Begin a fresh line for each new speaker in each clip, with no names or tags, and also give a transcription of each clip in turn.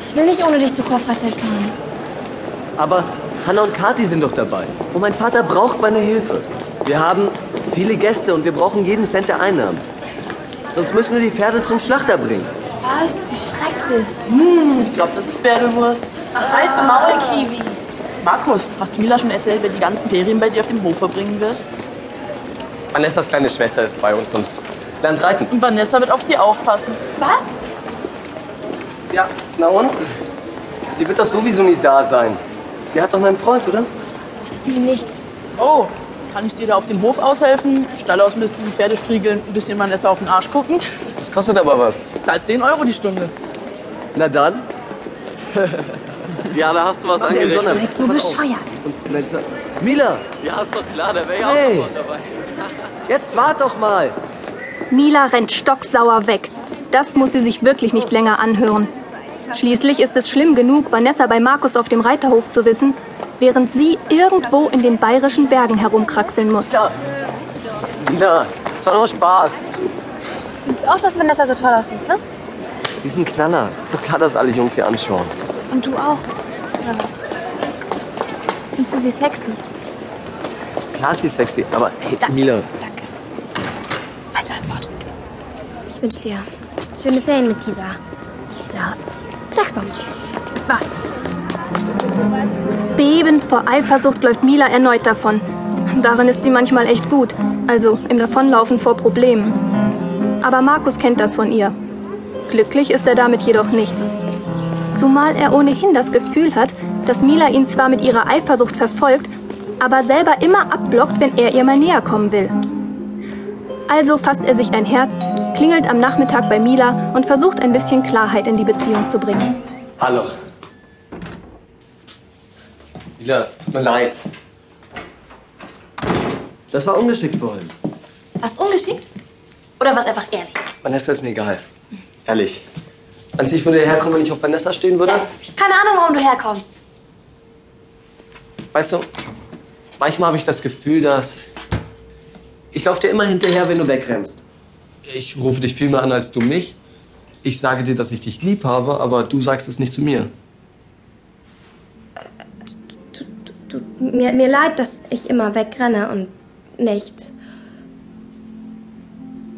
Ich will nicht ohne dich zur Chorfreizeit fahren.
Aber Hanna und Kathi sind doch dabei. Und mein Vater braucht meine Hilfe. Wir haben viele Gäste und wir brauchen jeden Cent der Einnahmen. Sonst müssen wir die Pferde zum Schlachter bringen.
Was? Wie schrecklich.
Hm, ich glaube, das ist Pferdewurst.
Als Maulkiwi.
Markus, hast du Mila schon erzählt, wer die ganzen Ferien bei dir auf dem Hof verbringen wird?
Vanessas kleine Schwester ist bei uns und lernt reiten.
Und Vanessa wird auf sie aufpassen.
Was?
Ja, na und? Die wird doch sowieso nie da sein. Die hat doch meinen Freund, oder?
Sie nicht.
Oh, kann ich dir da auf dem Hof aushelfen? Stall ausmisten, Pferde striegeln, ein bisschen Vanessa auf den Arsch gucken.
Das kostet aber was.
Zahlt 10 Euro die Stunde.
Na dann. Diana, hast du was
Ihr
angerichtet?
seid so
Pass auf.
bescheuert.
Und- nein, Mila,
Ja, ist doch klar, da wäre ja
auch Hey. sofort jetzt wart doch mal.
Mila rennt stocksauer weg. Das muss sie sich wirklich nicht länger anhören. Schließlich ist es schlimm genug, Vanessa bei Markus auf dem Reiterhof zu wissen, während sie irgendwo in den bayerischen Bergen herumkraxeln muss.
Mila, es war nur Spaß.
Ist auch, dass Vanessa so toll aussieht, ne?
Sie ist ein Knaller. Ist doch klar, dass alle Jungs hier anschauen.
Und du auch. Oder was? Findest du sie sexy?
Klar, sie ist sexy, aber hey,
Da-
Mila.
Danke. Falsche Antwort.
Ich wünsche dir schöne Ferien mit dieser. Dieser. Sag's mal. Das war's.
Bebend vor Eifersucht läuft Mila erneut davon. Darin ist sie manchmal echt gut, also im Davonlaufen vor Problemen. Aber Markus kennt das von ihr. Glücklich ist er damit jedoch nicht. Zumal er ohnehin das Gefühl hat, dass Mila ihn zwar mit ihrer Eifersucht verfolgt, aber selber immer abblockt, wenn er ihr mal näher kommen will. Also fasst er sich ein Herz, klingelt am Nachmittag bei Mila und versucht ein bisschen Klarheit in die Beziehung zu bringen.
Hallo. Mila, tut mir leid.
Das war ungeschickt vorhin.
Was ungeschickt? Oder was einfach ehrlich?
Vanessa ist mir egal. Ehrlich. Meinst du, ich würde herkommen, wenn ich auf Vanessa stehen würde?
Keine Ahnung, warum du herkommst.
Weißt du, manchmal habe ich das Gefühl, dass. Ich laufe dir immer hinterher, wenn du wegrennst. Ich rufe dich viel mehr an als du mich. Ich sage dir, dass ich dich lieb habe, aber du sagst es nicht zu mir.
Du, mir, mir leid, dass ich immer wegrenne und nicht.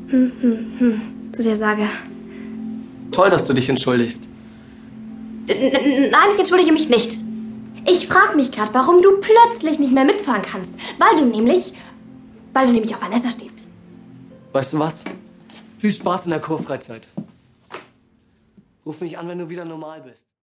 Hm, hm, hm, zu dir sage.
Toll, dass du dich entschuldigst.
N- n- Nein, ich entschuldige mich nicht. Ich frag mich gerade, warum du plötzlich nicht mehr mitfahren kannst. Weil du nämlich. Weil du nämlich auf Vanessa stehst.
Weißt du was? Viel Spaß in der Kurfreizeit. Ruf mich an, wenn du wieder normal bist.